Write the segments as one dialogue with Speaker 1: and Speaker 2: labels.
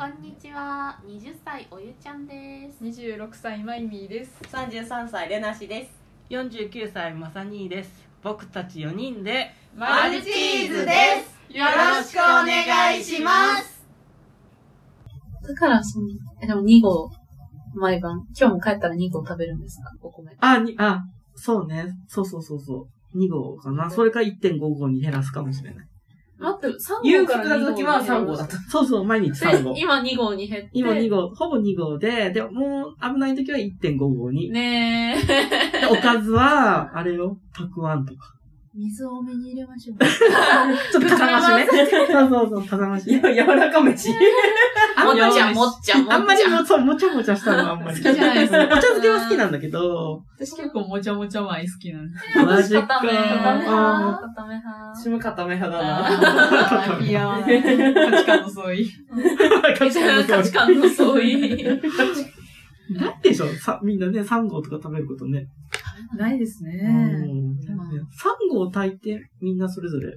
Speaker 1: こんにちは。二十歳おゆちゃんです。
Speaker 2: 二十六歳マイミーです。。
Speaker 3: 三十三歳レナシです。
Speaker 4: 49歳まさにーです僕たち4人で
Speaker 3: マルチーズですよろしくお願いします。
Speaker 5: だから、その、え、でも2合、毎晩。今日も帰ったら2合食べるんですかお米。
Speaker 4: あにあそうねそうそうそうそう2号かなそれか1.5号に減らすかもしれない
Speaker 5: 待って、3
Speaker 4: 夕
Speaker 5: 合から
Speaker 4: 食の
Speaker 5: 2合
Speaker 4: 時は3号だったそうそう毎日3号
Speaker 5: で、今2合に減って。
Speaker 4: 今2号ほぼ2号ででもう危ない時は1.5号に、
Speaker 5: ねえ。
Speaker 4: でおかずはあれよたくあんとか
Speaker 5: 水多めに入れましょう。
Speaker 4: ちょっとかさ増しねそうそうそうかさ増しね
Speaker 3: 柔らか飯。
Speaker 4: あん
Speaker 5: も
Speaker 4: まり
Speaker 5: っちゃんもっちゃんも
Speaker 4: あんま
Speaker 5: っち
Speaker 4: り
Speaker 5: ゃん。
Speaker 4: もそうもちゃもちゃしたのはあんまり
Speaker 5: 好きじゃないです
Speaker 4: お茶漬けは好きなんだけど
Speaker 2: 私結構もちゃもちゃ米好きなんです。
Speaker 4: マジか
Speaker 5: 固め
Speaker 4: あ
Speaker 5: 派。固め派。
Speaker 3: 私も固め派だな。
Speaker 5: あ
Speaker 2: いやー、価値観の相違。
Speaker 5: ー価値観の相違。
Speaker 4: なんでしょうさ、みんなね、3号とか食べることね。
Speaker 2: ないですね。
Speaker 5: まあ
Speaker 4: 3号炊いて、みんなそれぞれ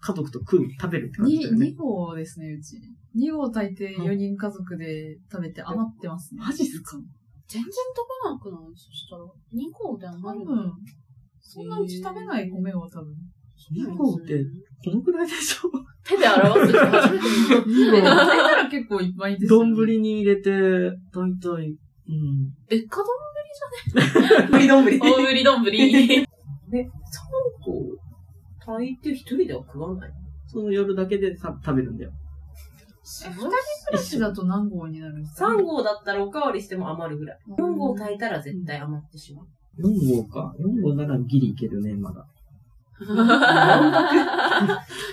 Speaker 4: 家族と食う、食べるって感じだ
Speaker 2: 二
Speaker 4: よね。
Speaker 2: 二号ですね、うち。二号炊いて四人家族で食べて余ってますね。
Speaker 4: マジっすか
Speaker 5: 全然食べなくないそしたら。2合で
Speaker 2: 多
Speaker 5: 余るの
Speaker 2: 分、そんなうち食べない米は多分。
Speaker 4: 2号って、このくらいでしょ
Speaker 5: 手で表す人初めて見
Speaker 2: 炊
Speaker 5: た
Speaker 2: い
Speaker 4: ?2 号。
Speaker 2: たら結構いっぱいですよね。
Speaker 4: 丼に入れて、だいたい、うん。
Speaker 5: 別家丼
Speaker 3: ぶりどんぶり
Speaker 5: 大ぶり丼。
Speaker 3: え、三個炊いて一人では食わない。
Speaker 4: その夜だけでさ食べるんだよ。
Speaker 2: え二人暮らしだと何号になるんですか
Speaker 3: 三号だったらおかわりしても余るぐらい。四号炊いたら 絶対余ってしまう。
Speaker 4: 4号か。4号ならギリいけるね、 まだ。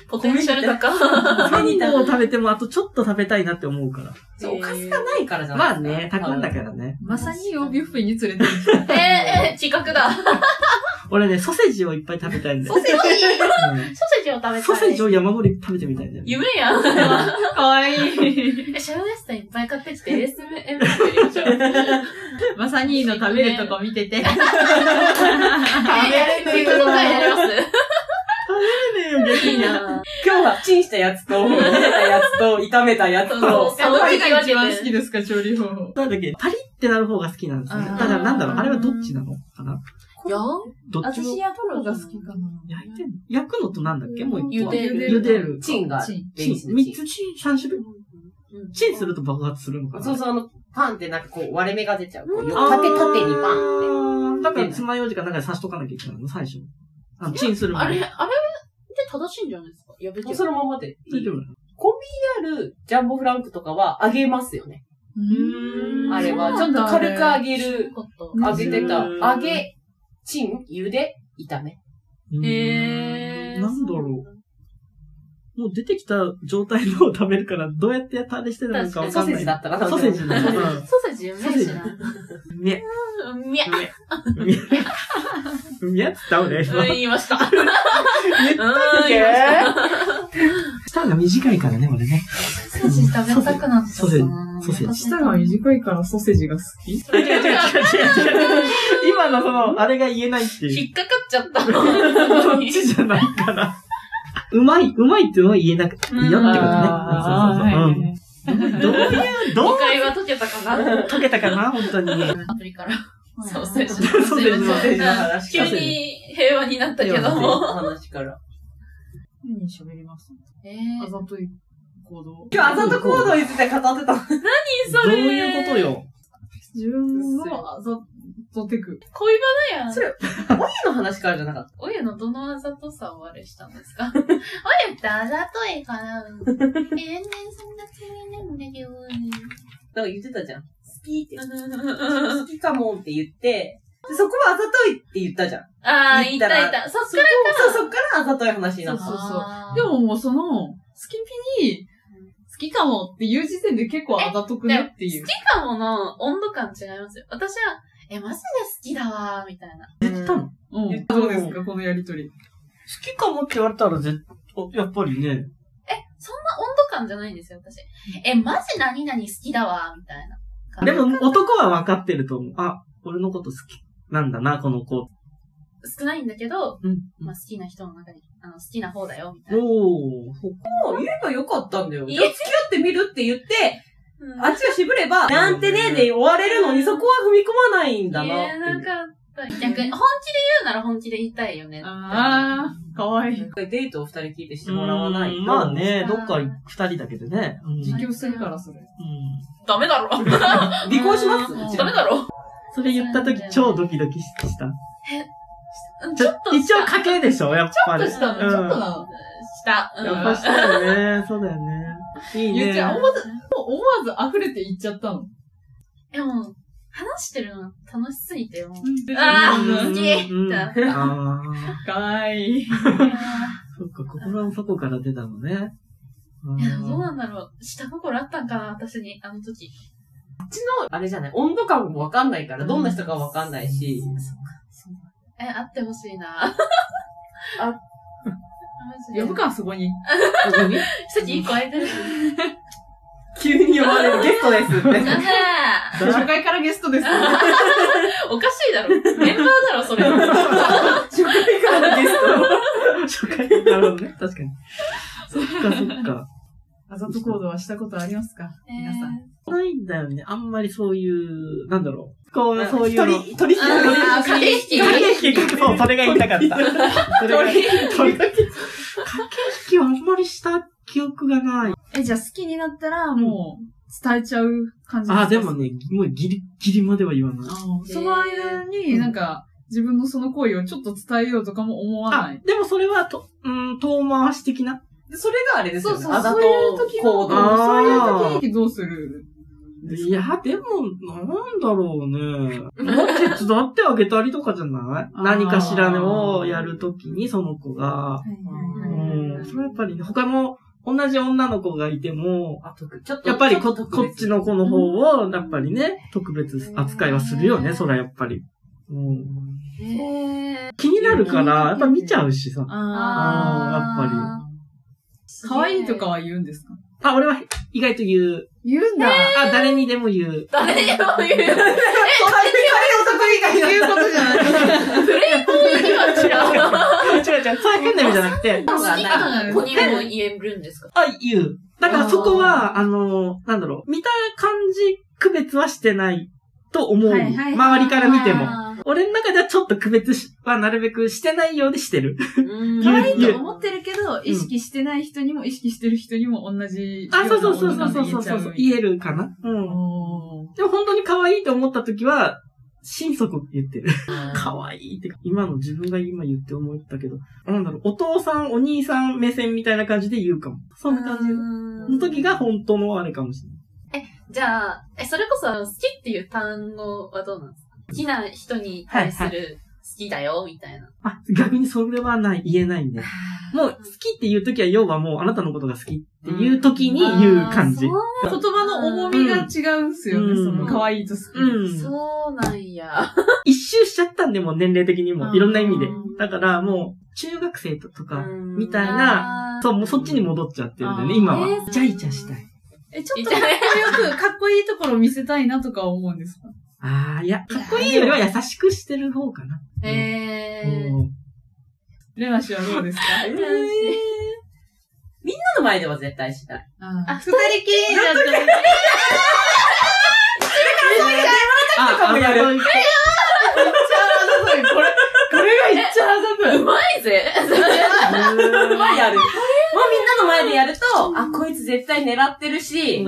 Speaker 5: ポテンシャル高。
Speaker 4: 3号食べても、あとちょっと食べたいなって思うから。
Speaker 3: そう、おかずがないからじゃない
Speaker 4: まあね、炊くんだからね。
Speaker 2: まさに曜日フェに連れてきた。
Speaker 5: えー、えー、自覚だ。ソ
Speaker 4: 俺ね、ソーセージをいっぱい食べたいんだよ。
Speaker 5: ーセージ
Speaker 4: うん
Speaker 5: ソーセージを食べたい。
Speaker 4: ソーセージを山盛り食べてみたいんだよね。
Speaker 5: 夢やん。それは
Speaker 2: かわいい。
Speaker 5: えシャウエスタいっぱい買ってきて ASMR やりましょう。食
Speaker 2: まさにの食べるとこ見てて。
Speaker 5: べれる。TikTok やりますいいな
Speaker 3: 今日はチンしたやつと、茹でたやつと、炒めたやつ
Speaker 5: そう
Speaker 3: と、
Speaker 2: その時が一番好きですか、調理法。
Speaker 4: なんだっけ、パリってなる方が好きなんですね。
Speaker 2: あー
Speaker 4: だからなんだろう、あれはどっちなのかな
Speaker 5: ぁ。や
Speaker 4: どっちも
Speaker 5: や
Speaker 2: トロが好きかな。
Speaker 4: 焼いてんの焼くのとなんだっけもう一
Speaker 5: 茹
Speaker 4: 個。
Speaker 5: でる
Speaker 4: 茹でる。
Speaker 3: チンが、
Speaker 2: チン
Speaker 3: ベー
Speaker 4: チ
Speaker 3: ス
Speaker 4: ン。
Speaker 3: のチ
Speaker 4: 三
Speaker 3: ン
Speaker 4: つチン、三種類。チンすると爆発するのかな
Speaker 3: そうそう、あの、パンってなんかこう割れ目が出ちゃう。こう、よ
Speaker 4: あー
Speaker 3: 縦縦にパンって。
Speaker 4: だから爪楊枝かなんかで刺しとかなきゃいけないの、最初に。あのチンする
Speaker 5: あれ、あれ
Speaker 4: 大
Speaker 5: で正しいんじゃないですかやべ
Speaker 3: もうそのままで。
Speaker 4: 丈夫なの
Speaker 3: あるジャンボフランクとかは揚げますよね。
Speaker 2: う
Speaker 4: ーん
Speaker 3: あれは。ち
Speaker 2: そ
Speaker 3: ょ
Speaker 2: う
Speaker 3: っと
Speaker 2: なんだ
Speaker 3: 軽く揚げ
Speaker 5: よ
Speaker 3: る。
Speaker 5: かった。
Speaker 2: うん
Speaker 3: 揚げてた。
Speaker 4: うん
Speaker 3: 揚げ、チン、茹で、炒め。
Speaker 5: へー
Speaker 4: なんだろう。もう出てきた状態のを食べるから、どうやってタレしてたのかわ
Speaker 3: ソ
Speaker 4: か
Speaker 3: ー
Speaker 4: んな
Speaker 3: セー
Speaker 4: い。
Speaker 3: ジだったら
Speaker 4: ソーセージだ。うん
Speaker 5: ソーセージうめえしな。
Speaker 4: ね。
Speaker 5: うん、みゃ、うん
Speaker 4: みや、みやっつった俺今。
Speaker 5: 言いま した。うん、言いました。
Speaker 4: 舌が短いからね、俺ね。
Speaker 5: ソーセージ食べたくなっちゃったな。
Speaker 4: ソーセージ
Speaker 2: 舌が短いからソーセージが好き
Speaker 4: 違う違う違う違う違う。今のその、あれが言えないっていう。
Speaker 5: 引っかかっちゃった。
Speaker 4: そっちじゃないから。うまい、うまいってのは言えなくていいよってことね。そうそうそううん。どういう、ど
Speaker 5: 誤
Speaker 4: う
Speaker 5: 解は解けたかな。
Speaker 4: かけたかな、本当に。
Speaker 5: アプリから。ソーセ ージ。
Speaker 4: ソーセージソーセージの
Speaker 3: 話
Speaker 5: 急 に平和になったけども。
Speaker 3: 話から。
Speaker 2: 何に喋ります
Speaker 5: え
Speaker 2: あ
Speaker 5: ー、
Speaker 2: ざとい行動。
Speaker 3: 今日あざと行動について語っ てた。
Speaker 5: それ
Speaker 4: どういうことよ。
Speaker 2: 自分のあざとテク。
Speaker 5: 恋バナやん
Speaker 3: そ。れ、お湯の話からじゃなかった。
Speaker 5: おやのどのあざとさをあれしたんです かおやってあざといかな。え全然そんなつもりないんだけど。
Speaker 3: なんか言ってたじゃん。好きって。好きかもって言って、でそこはあざといって言ったじゃん。
Speaker 5: あー、
Speaker 3: 言
Speaker 5: い
Speaker 3: ったたら
Speaker 5: いた。そっ
Speaker 3: そ
Speaker 5: か
Speaker 3: こ
Speaker 5: ら
Speaker 3: そうそっからあざとい話になった。
Speaker 2: そうそう
Speaker 5: あー
Speaker 2: でももうその、好きピに、好きかもっていう時点で結構あざとくねっていう
Speaker 5: 好。きかもの温度感違いますよ。私は、え、マジで好きだわー、みたいな。
Speaker 4: 言ったの好
Speaker 2: うん。どうですか、このやりとり。
Speaker 4: きかもって言われたら、ぜやっぱりね。
Speaker 5: そんな温度感じゃないんですよ、私。え、マジ何々好きだわー、みたいな感
Speaker 4: で
Speaker 5: じ。
Speaker 4: も、男は分かってると思う。あ、俺のこと好きなんだな、この子。
Speaker 5: 少ないんだけど、
Speaker 4: うん。
Speaker 5: まあ好きな人の中に、あの、好きな方だよ、みたいな。
Speaker 4: おー、そっか
Speaker 3: もう言えばよかったんだよ。
Speaker 5: い
Speaker 3: じ
Speaker 5: い
Speaker 3: ゃあ付き合ってみるって言って、あっちが渋れば、なんてねで終われるのに、そこは踏み込まないんだ
Speaker 5: 言え
Speaker 3: な
Speaker 5: な
Speaker 3: っていう。
Speaker 5: かった。逆に、本気で言うなら本気で言いたいよね。
Speaker 2: ああ、かわいい。
Speaker 3: デートを二人きりでしてもらわないと。
Speaker 4: まあね、どっか二人だけでね。うん
Speaker 2: 実況するから、それ。
Speaker 4: うん
Speaker 5: ダメだろ
Speaker 3: 離婚します
Speaker 2: うん
Speaker 5: ダメだろ
Speaker 4: それ言った時超ドキドキした。
Speaker 5: ちょっとし
Speaker 4: 一応
Speaker 5: た。
Speaker 4: 賭けでしょ、やっぱ
Speaker 2: ちょ
Speaker 4: り。
Speaker 2: っとしたの、
Speaker 4: うん
Speaker 2: ちょっとなの。
Speaker 5: した。うん
Speaker 4: やっぱしたよね。そうだよね。いい
Speaker 2: ゆうちゃん、
Speaker 4: ね。
Speaker 2: 思わず、思わず溢れていっちゃったの。
Speaker 5: でも、話してるの楽しすぎて、もう。
Speaker 2: あ
Speaker 5: あ
Speaker 2: ー
Speaker 5: ー、
Speaker 4: う
Speaker 5: 好
Speaker 4: ん
Speaker 5: き
Speaker 4: うん
Speaker 5: だっ
Speaker 4: ああ。
Speaker 2: かわいい。
Speaker 5: た。
Speaker 4: そっか、心の底から出たのね。うん
Speaker 5: いやどうなんだろう。下心あったんかな、私に、あの時。
Speaker 3: あれじゃない、温度感もわかんないから、どんな人かわかんないし。
Speaker 5: え、会ってほしい な。
Speaker 3: あ、
Speaker 5: マジで
Speaker 2: 呼ぶ。か、そこに。
Speaker 5: 席一個空いてる。
Speaker 3: 急に呼ばれるゲスト ですって。
Speaker 5: なんだ
Speaker 4: だ
Speaker 2: 初回からゲストです。
Speaker 5: おかしいだろ。メンバーだろ、それ。
Speaker 3: 初回からのゲスト。
Speaker 4: 初回なるほどね。確かに。そっか、そっか。
Speaker 2: あざと行動はしたことありますか皆さん。
Speaker 4: ないんだよね。あんまりそういう、なんだろう。こう、そういうの。
Speaker 3: 取り、取り引きの
Speaker 5: あー、駆け引き。
Speaker 4: 駆け引きそう、それが言いたかった。それが
Speaker 2: 鳥
Speaker 4: 取り駆け引きはあんまりした記憶がない。
Speaker 2: え、じゃあ好きになったら、もう、伝えちゃう感じすか
Speaker 4: あ、でも。ね、もうギリギリまでは言わない。
Speaker 2: あその間に、なんか、自分のその行為をちょっと伝えようとかも思わな
Speaker 4: あ
Speaker 2: い。、
Speaker 4: でもそれは、と、うん、遠回し的な。
Speaker 3: それがあれですよね。
Speaker 2: そうそう
Speaker 3: あざ
Speaker 2: そ
Speaker 3: と
Speaker 2: ういう時の
Speaker 3: 行動。
Speaker 4: あー
Speaker 2: そういう時にどうする
Speaker 4: いや、でも、なんだろうね。手伝ってあげたりとかじゃない
Speaker 2: あー
Speaker 4: 何かしらをやるときに、その子が。
Speaker 3: は
Speaker 4: う
Speaker 3: いはい
Speaker 4: ん。それはやっぱりね、他も、同じ女の子がいても、
Speaker 3: あ、特ちょっと。
Speaker 4: やっぱり
Speaker 3: ょ
Speaker 4: こ、
Speaker 3: と特
Speaker 4: こ
Speaker 3: 別
Speaker 4: っちの子の方を、やっぱりね、特別扱いはするよね、そらやっぱり。うん、気になるから、やっぱ見ちゃうしさ。あーやっぱ
Speaker 5: り
Speaker 2: 可愛いとか。は言うんですか
Speaker 4: あ、俺は意外と言う。
Speaker 2: 言うんだ。
Speaker 4: あ、誰にでも言 う。
Speaker 5: 誰にでも言う。
Speaker 3: 彼男みたいな。
Speaker 2: ことじゃない。
Speaker 4: 違う違う、そういう変な意味じゃなくて、
Speaker 5: 好きか
Speaker 2: う
Speaker 5: なん子にも言えるんですか
Speaker 4: あ、言う。だからそこは、あの、なんだろう、見た感じ、区別はしてないと思う。
Speaker 2: はいはいはい
Speaker 4: 周りから見ても。
Speaker 5: あ
Speaker 4: 俺の中ではちょっと区別しはなるべくしてない ようでしてる。
Speaker 5: ーうん
Speaker 2: 可
Speaker 4: 言う
Speaker 2: 愛いと思ってるけど、意識してない人にも意識してる人にも同じ。
Speaker 4: あ、そうそうそうそうそうそうそう言えるかな。うん。でも本当に可愛いと思った時は、心底言ってる。可愛いって、今の自分が今言って思ったけど、なんだろう、お父さん、お兄さん目線みたいな感じで言うかも。そんな感じ。の時が本当のあれかもしれない。
Speaker 5: じゃあ、え、それこそ、あの好きっていう単語はどうなんですか好きな人に対する好きだよ、みたいな。
Speaker 4: あ、逆にそれはない、言えないね。もう、好きっていう時は、要はもう、あなたのことが好きっていう時に言う感じ。
Speaker 5: あーそう
Speaker 2: 言葉の重みが違うんすよね、
Speaker 4: うん
Speaker 2: その可愛いと好き。
Speaker 4: うん。
Speaker 5: そうなんや。
Speaker 4: 一周しちゃったんで、もう年齢的に
Speaker 2: あ
Speaker 4: も、
Speaker 2: ー
Speaker 4: いろんな意味で。だから、もう、中学生とか、みたいな、
Speaker 5: あー
Speaker 4: そう、もうそっちに戻っちゃってるんだよね、
Speaker 2: あー
Speaker 4: 今は。
Speaker 5: えー
Speaker 4: イチャイチャしたい。
Speaker 2: え、ちょっとかっこよく、かっこいいところを見せたいなとかは思うんですか
Speaker 4: ああ、いや、かっこいいよりは優しくしてる方かな。
Speaker 5: えー。
Speaker 4: うん
Speaker 2: レナ氏はどうですか
Speaker 3: えーみんなの前では絶対しない。
Speaker 2: あ
Speaker 5: あ、二人きりだったら。
Speaker 4: あ、
Speaker 3: かもやる
Speaker 4: あの
Speaker 2: そうこれ、これがいっちゃあざ
Speaker 5: うまいぜ。
Speaker 3: まあやる。もうみんなの前でやると、あ、こいつ絶対狙ってるし、
Speaker 4: うん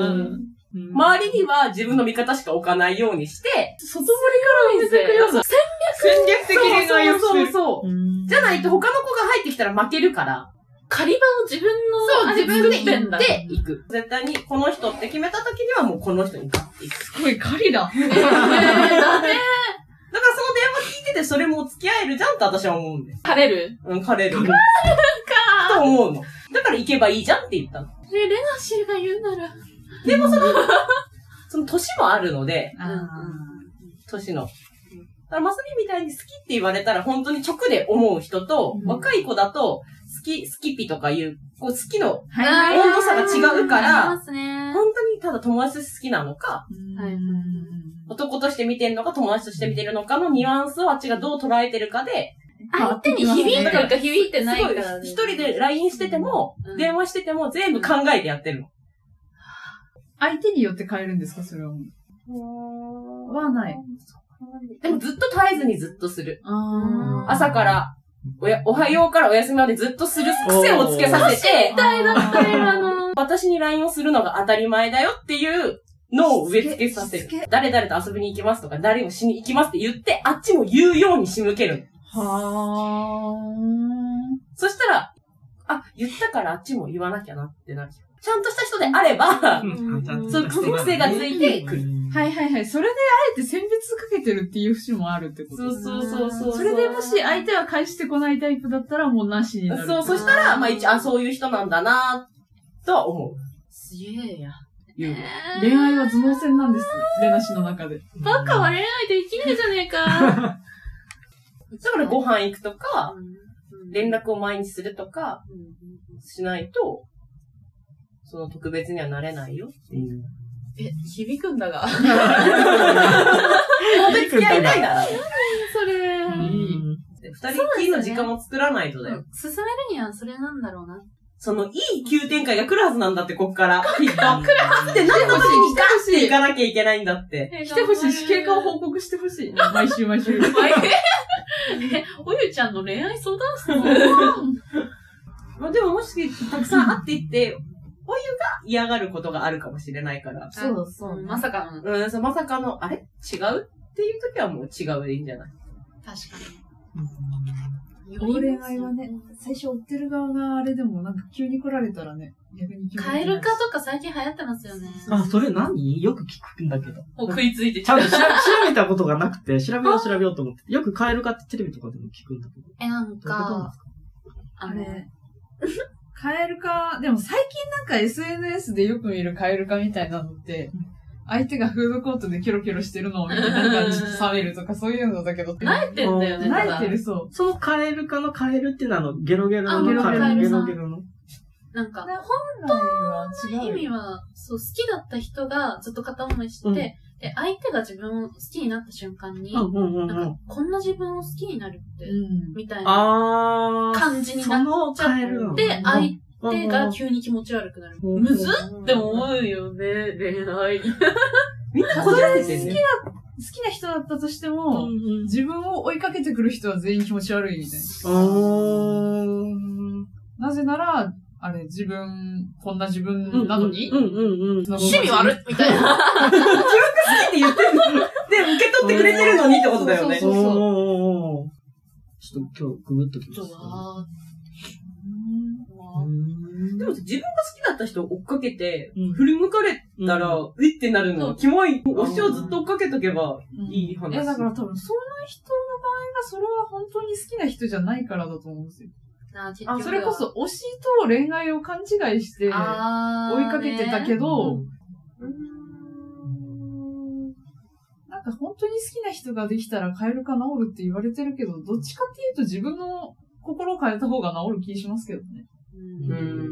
Speaker 2: うん。
Speaker 3: 周りには自分の味方しか置かないようにして、
Speaker 2: 外堀から見せてくよ。戦略戦略的に
Speaker 3: そ
Speaker 2: そうう
Speaker 3: そうそ
Speaker 2: そ
Speaker 3: う
Speaker 2: う。
Speaker 3: そう。
Speaker 4: うん
Speaker 3: じゃないと他の子が入ってきたら負けるから、
Speaker 5: 仮場を自分の、あれ作ってんだ。
Speaker 3: で行く。絶対にこの人って決めた時にはもうこの人にガッて行く。
Speaker 2: すごい狩りだ。
Speaker 5: えーダメ。
Speaker 3: だからその電話聞いててそれも付き合えるじゃんって私は思うんだよ。
Speaker 5: 晴れる
Speaker 3: うん、彼れる。
Speaker 5: か
Speaker 3: と思うの。だから行けばいいじゃんって言ったの。
Speaker 5: ー。で、レナシーが言うなら。
Speaker 3: その年もあるので、
Speaker 5: あー
Speaker 3: 年の。だから、まさみみたいに好きって言われたら、本当に直で思う人と、
Speaker 2: うん
Speaker 3: 若い子だと、好き、好きピとかいう、こう好きの、
Speaker 2: はい
Speaker 5: あー
Speaker 3: 温度差が違うから
Speaker 5: ありますね。
Speaker 3: 本当にただ友達として好きなのか、
Speaker 5: はい
Speaker 3: 男として見てるのか、友達として見てるのかのニュアンスをあっちがどう捉えてるかで、
Speaker 5: 相手に響いてるか響いて
Speaker 3: す
Speaker 5: な
Speaker 3: ご
Speaker 5: い
Speaker 3: い
Speaker 5: か、
Speaker 3: 一人で LINE してても
Speaker 5: う、ん
Speaker 3: 電話してても、全部考えてやってるの。
Speaker 2: 相手によって変えるんですかそれはもう。はない。
Speaker 3: でもずっと絶えずにずっとする。
Speaker 2: あ
Speaker 4: ー
Speaker 3: 朝から、おや、おはようからお休みまでずっとする癖をつけさせて、
Speaker 2: 対だった今の。
Speaker 3: 私に LINE をするのが当たり前だよっていうのを植え付けさせ
Speaker 2: しつけしつ
Speaker 3: る。誰々と遊びに行きますとか、誰をしに行きますって言って、あっちも言うように仕向ける。
Speaker 2: は
Speaker 3: そしたら、あ、言ったからあっちも言わなきゃなってなる。ちゃんとした人であれば、そういう癖がついてくる。
Speaker 2: ー。はいはいはい。それであえて選別かけてるっていう節もあるってこと
Speaker 3: そうそうそうそう。
Speaker 2: それでもし相手は返してこないタイプだったらもうなしになる。
Speaker 3: そう、そしたら、まあ一応、あ、そういう人なんだなとは思う。
Speaker 5: すげえや。
Speaker 3: 言うの
Speaker 2: 恋愛は頭脳戦なんです。レナ氏の中で。
Speaker 4: バカは
Speaker 5: れないとできないじゃねえか。
Speaker 3: だからご飯行くとか、連絡を毎日するとか、しないと、その特別にはなれないよっていう。
Speaker 5: え、響くんだが。
Speaker 3: 付き合いたいなら、
Speaker 5: それ。
Speaker 3: 二人っきりの時間も作らないとだよ。
Speaker 5: 進めるにはそれなんだろうな。
Speaker 3: その、いい急展開が来るはずなんだって、こっから。ピッ
Speaker 4: あ
Speaker 3: タッって、何の時にガッて行かなきゃいけないんだって。
Speaker 2: 来てほしいし、経過を報告してほしい。毎週毎週。
Speaker 5: はいえ、おゆちゃんの恋愛相談室も
Speaker 3: まあでも、もしたくさん会っていって、お湯が嫌がることがあるかもしれないから。
Speaker 5: そうそう。まさか。
Speaker 3: うん、そうまさかの、あれ違うっていう時はもう違うでいいんじゃない
Speaker 5: 確かに。
Speaker 2: 恋愛はね、最初追ってる側があれでもなんか急に来られたらね、逆に気持ち悪い
Speaker 5: カエル化とか最近流行ってますよね。
Speaker 4: あ、それ何よく聞くんだけど。
Speaker 5: もう食いついて
Speaker 4: ちゃんと調べたことがなくて、調べよう調べようと思って。よくカエル化ってテレビとかでも聞くんだけど。
Speaker 5: え、なん
Speaker 4: どういうことなん
Speaker 5: か
Speaker 4: で、すか
Speaker 5: あれ、
Speaker 2: カエル化、でも最近なんか SNS でよく見るカエル化みたいなのって、相手がフードコートでキョロキョロしてるのを見てなんかちょっと冷めるとかそういうのだけど。
Speaker 5: 慣れてんだよね。
Speaker 2: 慣れてるそう。
Speaker 4: そのカエル化のカエルっていうのはあの、ゲロゲロ
Speaker 5: あ
Speaker 4: のカエ
Speaker 2: ゲロゲロさん
Speaker 4: ル、ゲロゲロの。
Speaker 5: なんか、
Speaker 2: 本当は
Speaker 5: 意味は、そう、好きだった人がずっと片思いして、
Speaker 4: うん
Speaker 5: で、相手が自分を好きになった瞬間に、
Speaker 4: うんうんうんう
Speaker 5: なん
Speaker 4: ん
Speaker 5: か。、こんな自分を好きになるって、
Speaker 2: うん。
Speaker 5: みたいな
Speaker 4: あー。
Speaker 5: 感じに
Speaker 4: そ
Speaker 5: なっ
Speaker 4: の
Speaker 5: ちゃ
Speaker 4: カエルな
Speaker 5: っ
Speaker 4: の
Speaker 5: て、相手が
Speaker 4: うん
Speaker 5: 急に気持ち悪くなる。
Speaker 4: うん
Speaker 5: むずって思うよね、恋愛。
Speaker 3: みんなこじらせて
Speaker 2: 好
Speaker 3: ね。
Speaker 2: きな人だったとして
Speaker 4: う
Speaker 2: も、
Speaker 4: んうん
Speaker 2: 自分を追いかけてくる人は全員気持ち悪いみたい
Speaker 4: あー。
Speaker 2: な。なぜなら、あれ、自分、こんな自分なのに、
Speaker 4: うんうんうん。
Speaker 5: 趣味 悪っみたいな。
Speaker 3: って言ってるのに。で、受け取ってくれてるのにってことだよね。
Speaker 2: そうそう
Speaker 4: おーちょっと今日ググっときま
Speaker 5: ち
Speaker 4: す
Speaker 5: ょっとわ
Speaker 4: う
Speaker 5: ー
Speaker 4: ーん
Speaker 3: でも自分が好きだった人を追っかけて、
Speaker 4: うん
Speaker 3: 振り向かれたら、ういってなる
Speaker 5: そ
Speaker 3: の。
Speaker 5: う
Speaker 3: キモい推しをずっと追っかけとけ
Speaker 2: う
Speaker 3: ば、
Speaker 2: ん
Speaker 3: いい話
Speaker 2: や、だから多分、そんな人の場合は、それは本当に好きな人じゃないからだと思うんですよ。
Speaker 5: な結
Speaker 3: あ
Speaker 5: 局
Speaker 2: それこそ、推しと恋愛を勘違いして、追いか
Speaker 5: あー
Speaker 2: けてたけ
Speaker 5: ね
Speaker 2: ど、
Speaker 5: うん
Speaker 2: なんか本当に好きな人ができたら変えるか治るって言われてるけど、どっちかっていうと自分の心を変えた方が治る気しますけどね。
Speaker 4: う
Speaker 3: うんん。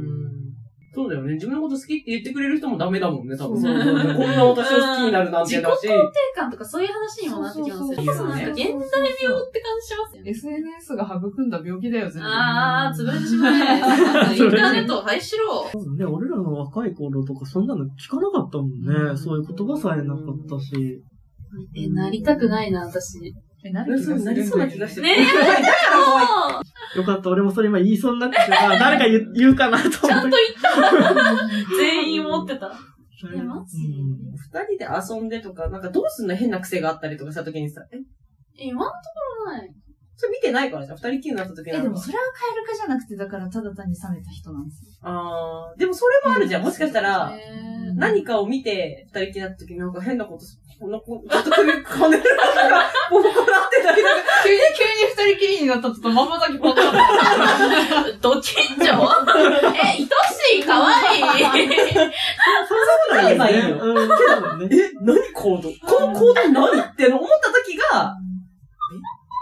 Speaker 3: そうだよね。自分のこと好きって言ってくれる人もダメだもんね、多分。
Speaker 4: そうそうそう
Speaker 3: こんな私を好きになるなんてだし。
Speaker 5: 定感とかそういう話にもなってきますよね。
Speaker 3: そうそうそう
Speaker 5: なんか現代病って感じしますよね。
Speaker 2: SNS が育んだ病気だよ、全部。
Speaker 5: あー、潰れてしまえ。インターネットを廃止しろ。
Speaker 4: そうね、俺らの若い頃とかそんなの聞かなかったもんね。
Speaker 2: うん
Speaker 4: そういう言葉さえなかったし。
Speaker 5: え、なりたくないな、私。ね
Speaker 2: え、なる気がするんだよね
Speaker 3: て
Speaker 5: え、やめてよ
Speaker 4: よかった、俺もそれ今言いそうになってたから、誰か言う言うかなと思って。ちゃんと
Speaker 5: 全員思ってた。
Speaker 4: 言
Speaker 5: いやマジ
Speaker 3: 二人で遊んでとか、なんかどうすんの変な癖があったりとかした時にさ、え、
Speaker 5: 今のところない。
Speaker 3: それ見てないからじゃん。二人っきりになった時
Speaker 2: え、
Speaker 3: な
Speaker 2: で
Speaker 3: ん
Speaker 2: も
Speaker 3: か。
Speaker 2: それは変えるかじゃなくて、だからただ単に冷めた人なんですよ。
Speaker 3: あー。でもそれもあるじゃん。もしかしたら、
Speaker 5: えー
Speaker 3: 何かを見て、二人きりになった時になんか変なことす、こんな子、ちょっと首こねるなんか、ボコボコなってたりとか。
Speaker 2: 急に、急に二人きりになったと、まんまだけポンと。
Speaker 5: ドキッちょえ、愛しい、かわいい。
Speaker 3: そういうこと言えばいいよ。
Speaker 4: うん、そうだね。
Speaker 3: え、何行動この行動何っての思った時が、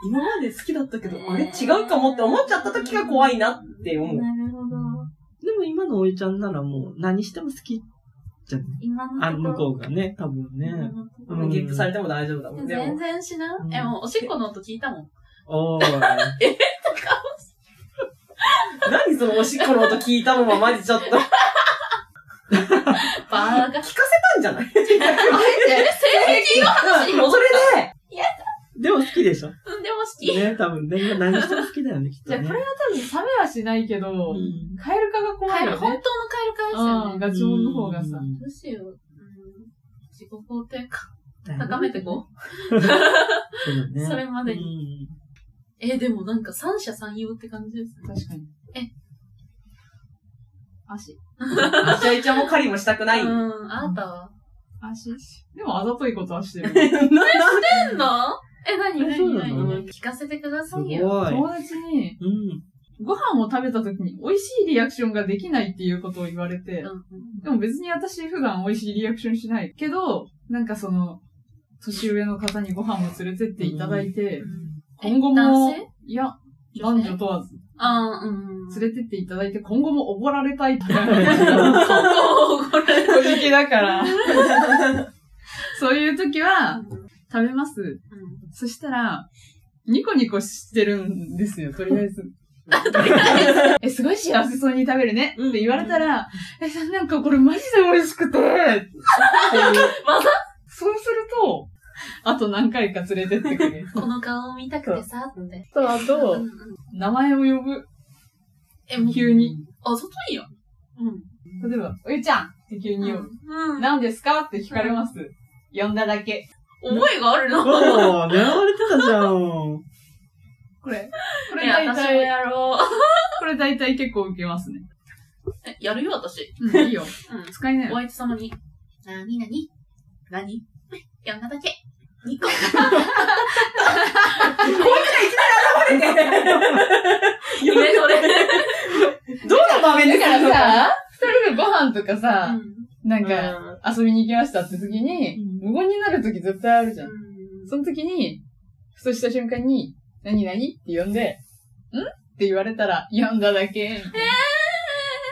Speaker 3: え、今まで好きだったけど、あれ違うかもって思っちゃった時が怖いなって思う。
Speaker 5: るほど。
Speaker 4: でも今のおいちゃんならもう何しても好きじゃん。
Speaker 5: 今
Speaker 4: あの、
Speaker 5: の
Speaker 4: 向
Speaker 5: とこ
Speaker 4: こうがね、多分
Speaker 5: ろ。
Speaker 4: ね。
Speaker 3: うんゲップされても大丈夫だもん。で
Speaker 5: 全
Speaker 3: も、
Speaker 5: 然しな
Speaker 4: う。ん
Speaker 5: え、もうおしっこの音聞いたもん。
Speaker 4: おー。
Speaker 3: 何そのおしっこの音聞いたのままマジちょっと。
Speaker 5: バーガー。
Speaker 3: 聞かせたんじゃ ない
Speaker 5: え、性癖の話に戻
Speaker 3: そ
Speaker 5: る。
Speaker 3: れ
Speaker 4: で
Speaker 3: で、
Speaker 4: も好きでしょ
Speaker 5: うん、でも好き。
Speaker 4: ね、多分、ね、何しても好きだよね、きっと
Speaker 2: じゃあ、
Speaker 4: ね。
Speaker 2: これは多分冷めはしないけど
Speaker 4: う、ん
Speaker 2: カエル化が怖
Speaker 5: カエ
Speaker 2: い
Speaker 5: ル、
Speaker 2: よ
Speaker 5: 本当
Speaker 2: ね
Speaker 5: の。カエル化ですよ
Speaker 2: う
Speaker 5: ね
Speaker 2: ん、。ガチモンの方がさ。
Speaker 5: むしろ、うん、自己肯定感
Speaker 4: だよね
Speaker 5: 高めてこ
Speaker 4: そうだ
Speaker 5: う。
Speaker 4: ね。
Speaker 5: それまで
Speaker 4: う
Speaker 5: に。
Speaker 4: ん
Speaker 5: え、でもなんか三者三様って感じですね。
Speaker 2: 確かに。
Speaker 5: 足。
Speaker 3: イチャイチャも狩りもしたくない。
Speaker 5: う、
Speaker 3: なん
Speaker 5: あなたは。
Speaker 2: 足。でも、あざといことはしてる。
Speaker 4: な
Speaker 5: え、なえ、なに
Speaker 4: えそうなの
Speaker 5: 聞かせてくだ
Speaker 4: す
Speaker 5: さ
Speaker 4: ご
Speaker 5: い
Speaker 4: い。
Speaker 5: よ。
Speaker 2: 友達に、
Speaker 4: うん。
Speaker 2: ご飯を食べた時に美味しいリアクションができないっていうことを言われて、
Speaker 5: うん
Speaker 2: でも別に私普段美味しいリアクションしないけど、なんかその、年上の方にご飯を連れてっていただいて、今後
Speaker 5: え男
Speaker 2: も
Speaker 5: 性、
Speaker 2: いや、
Speaker 5: 女
Speaker 2: 男
Speaker 5: 性
Speaker 2: 女問わず、
Speaker 5: あーうん。
Speaker 2: 連れてっていただいて、今後もおごられたいって言われて正直だから。そういう時は、食べます。そしたら、ニコニコしてるんですよ、とりあえず。え、すごい幸せそうに食べるねって言われたら、え、なんかこれマジで美味しくて、
Speaker 5: まだ
Speaker 2: そうすると、あと何回か連れてってくれる。
Speaker 5: この顔を見たくてさ、って。
Speaker 4: と、あ
Speaker 5: う
Speaker 4: と
Speaker 5: ん、うん
Speaker 2: 名前を呼ぶ。
Speaker 5: え、もう、
Speaker 2: 急に。
Speaker 5: あざといやん。う
Speaker 2: 例えば、おゆちゃんって急に呼ぶ。
Speaker 5: ん。う ん。
Speaker 2: 何ですかって聞かれます。呼んだだけ。
Speaker 5: 思いがあるな。
Speaker 4: そう、狙われてたじゃん。
Speaker 2: これ。こ
Speaker 5: い
Speaker 2: れ
Speaker 5: や、
Speaker 2: 大
Speaker 5: 私も
Speaker 2: 体、
Speaker 5: やろう。
Speaker 2: これ大体結構受けますね。
Speaker 5: えやるよ、私。
Speaker 2: うん、いいよ。
Speaker 5: うん。
Speaker 2: 使いな
Speaker 5: お
Speaker 2: よ。
Speaker 5: 相手様に、なになになにやんなだけ。ニコ。
Speaker 3: 言
Speaker 5: 夢
Speaker 3: われ
Speaker 5: それ。
Speaker 3: どうの場面で
Speaker 2: だから
Speaker 3: するのか
Speaker 2: さ、二人でご飯とかさ、なんか、
Speaker 3: うん
Speaker 2: 遊びに行きましたって時に、無言になる時絶対あるじゃん。その時に、ふとした瞬間に、何々って呼んで、んって言われたら、呼んだだけ。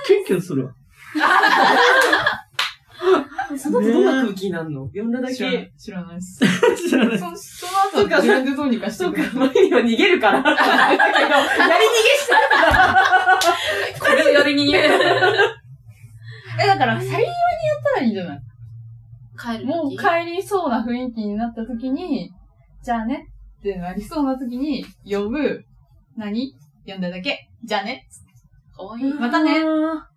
Speaker 4: キュンキュンするわ。
Speaker 3: その後どんな空気になるの呼んだだ
Speaker 2: 知らな
Speaker 3: け。
Speaker 2: い。知らないっす。
Speaker 4: 知らない。
Speaker 2: そその後は自分でどうにかして
Speaker 3: そう
Speaker 2: く
Speaker 3: か
Speaker 2: れる、
Speaker 3: マリには逃げるから。だけど、や
Speaker 5: これをやりに言え。
Speaker 2: え、だから、去り際にやったらいいんじゃない
Speaker 5: 帰る時。
Speaker 2: もう帰りそうな雰囲気になった時に、じゃあねってなりそうな時に、呼ぶ、何呼んだだけ。じゃあね。
Speaker 5: かわいい。
Speaker 2: またね。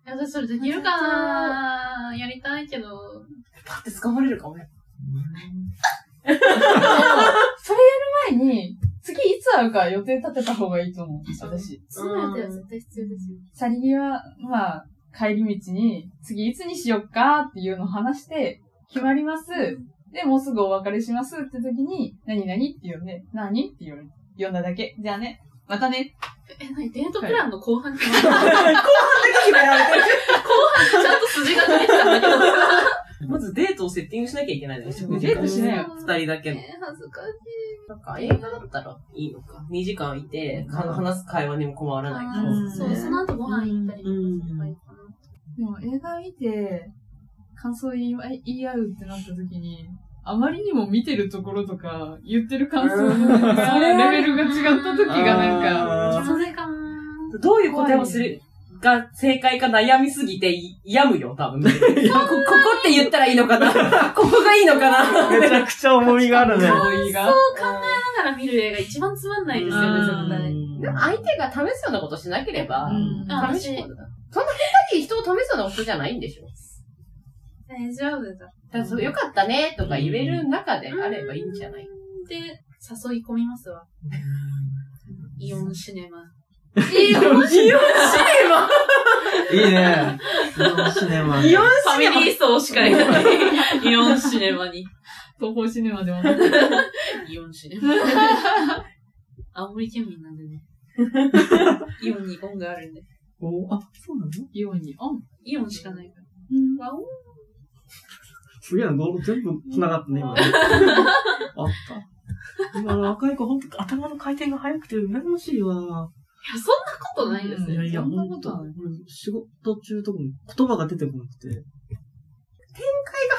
Speaker 5: 私それできるかなやりたいけど。
Speaker 3: パッて掴まれるかもね。
Speaker 2: それやる前に、次いつ会うか予定立てた方がいいと思う。私。
Speaker 5: その予定は絶対必要ですよ。
Speaker 2: 去り際、まあ、帰り道に、次いつにしよっかっていうのを話して、決まります。で、もうすぐお別れしますって時に、何々って呼んで、何って言われる。呼んだだけ。じゃあね。またね。
Speaker 5: え、なにデートプランの後半に後半
Speaker 3: 決められてる。
Speaker 5: ちゃんと筋が出てきたんだけど。
Speaker 3: まずデートをセッティングしなきゃいけないのよ。食事
Speaker 2: デートしないよ
Speaker 3: 二人だけの。
Speaker 5: え恥ずかし
Speaker 3: なんか映画だったらいいのか。2時間いて、か話す会話にも困らないから。
Speaker 2: うん
Speaker 5: い。そう、その後ご飯行ったりとかすればいいかな。
Speaker 2: でも映画見て、感想言い合い言い合うってなった時に、あまりにも見てるところとか、言ってる感想
Speaker 3: そ
Speaker 2: の
Speaker 3: れは
Speaker 2: レベルが違った時がなんか、
Speaker 4: あー
Speaker 5: それかな
Speaker 3: どういう答えをするが正解か悩みすぎてい、病むよ、 多分。こ、ここって言ったらいいのか なここがいいのかな
Speaker 4: めちゃくちゃ重みがあるね。
Speaker 2: 同意が。
Speaker 5: だから見る映画一番つまんないですよね、絶対。
Speaker 3: でも相手が試すようなことしなければ、
Speaker 2: うん
Speaker 5: あ
Speaker 3: 試しそんな下手に人を試すような人じゃないんでしょ
Speaker 5: 大丈夫だ。
Speaker 3: だからそうよかったねとか言える中であればいいんじゃない
Speaker 5: で、誘い込みますわ。イオンシネマ。
Speaker 4: イオンシネマいいね。イオンシネマ。イオン
Speaker 5: ファミリー層しかいない。イオンシネマに。
Speaker 2: 東方シネマでもなく、
Speaker 5: イオンシネマ。青森県民なんでね。イオンにンがあるんで。
Speaker 4: あ、そうなの
Speaker 2: イオンにオン。
Speaker 5: イオンしかないから。和音
Speaker 4: すげえな、道路全部繋がったね、今 ね。あった。今の若い子、ほんと頭の回転が速くて羨ましいわ。
Speaker 5: いや、そんなことないです
Speaker 4: いや
Speaker 5: よ。
Speaker 4: いや、
Speaker 2: そん
Speaker 4: ほ
Speaker 2: なんこととはない
Speaker 4: 俺仕事中とかも言葉が出てこなくて。
Speaker 3: 展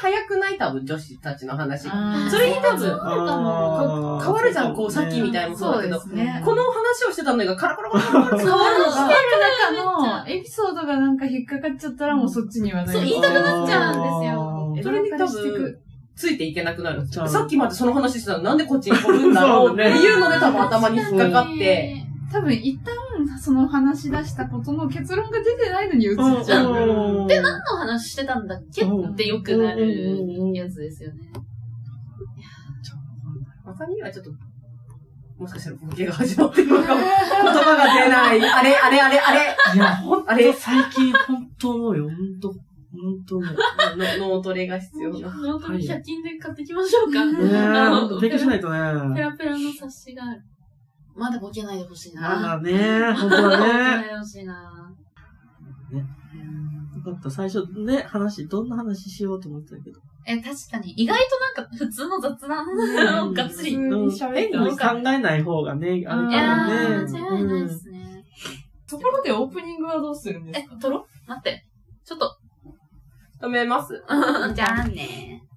Speaker 3: 開が早くないない多分女子たちの話。
Speaker 2: あー
Speaker 3: それに多分、
Speaker 4: あー
Speaker 3: 変わるじゃん、こう、さっきみたいもそうだけど。この話をしてたのがカラカラカラカラカラ変わるのが、
Speaker 2: の中のエピソードがなんか引っかかっちゃったらもうそっちにはない。
Speaker 5: そう言いたくなっちゃうんです
Speaker 4: あ
Speaker 5: よ。
Speaker 4: ー
Speaker 3: それに多
Speaker 2: 枝分かれしていく
Speaker 3: 分、ついていけなくなる。
Speaker 4: じゃあ
Speaker 3: さっきまでその話してたのなんでこっちに来るんだろうっていうので多分頭に引っかかって。
Speaker 2: 多分一旦その話し出したことの結論が出てないのに移っちゃう。
Speaker 4: うん。で、な
Speaker 5: 何の話してたんだっけ
Speaker 4: うん
Speaker 5: ってよくなるやつですよね。
Speaker 3: まさみはちょっと、もしかしたらボケが始まってるのかも。言葉が出ない。あれ、あれ、あれ、あれ。
Speaker 4: いや、ほん
Speaker 3: あ
Speaker 4: と
Speaker 3: れ、
Speaker 4: 最近ほんと思うよ。ほんと、ほんと思う。
Speaker 3: の脳トレが必要な。
Speaker 5: 本当に100均で買ってきましょうか。
Speaker 4: ねえ、
Speaker 5: あの
Speaker 4: ほんと勉強しないとね。
Speaker 5: ペラペラの冊子がある。まだボケないでほしい
Speaker 4: ま
Speaker 5: な。
Speaker 4: だね、ほんと
Speaker 5: ボケ
Speaker 4: だ
Speaker 5: な
Speaker 4: ね。
Speaker 5: いでほしいな。
Speaker 4: よかった、最初ね、話、どんな話しようと思ってたけど。
Speaker 5: え、確かに。意外となんか普通の雑談をがっつり。い
Speaker 4: うん、変に考えない方がね、あれか
Speaker 5: や
Speaker 4: らね。
Speaker 5: ー、間違いないで
Speaker 4: うん
Speaker 5: すね。
Speaker 2: ところでオープニングはどうするんです
Speaker 5: え、撮ろう待って。ちょっと。
Speaker 3: 止めます。
Speaker 5: じゃあね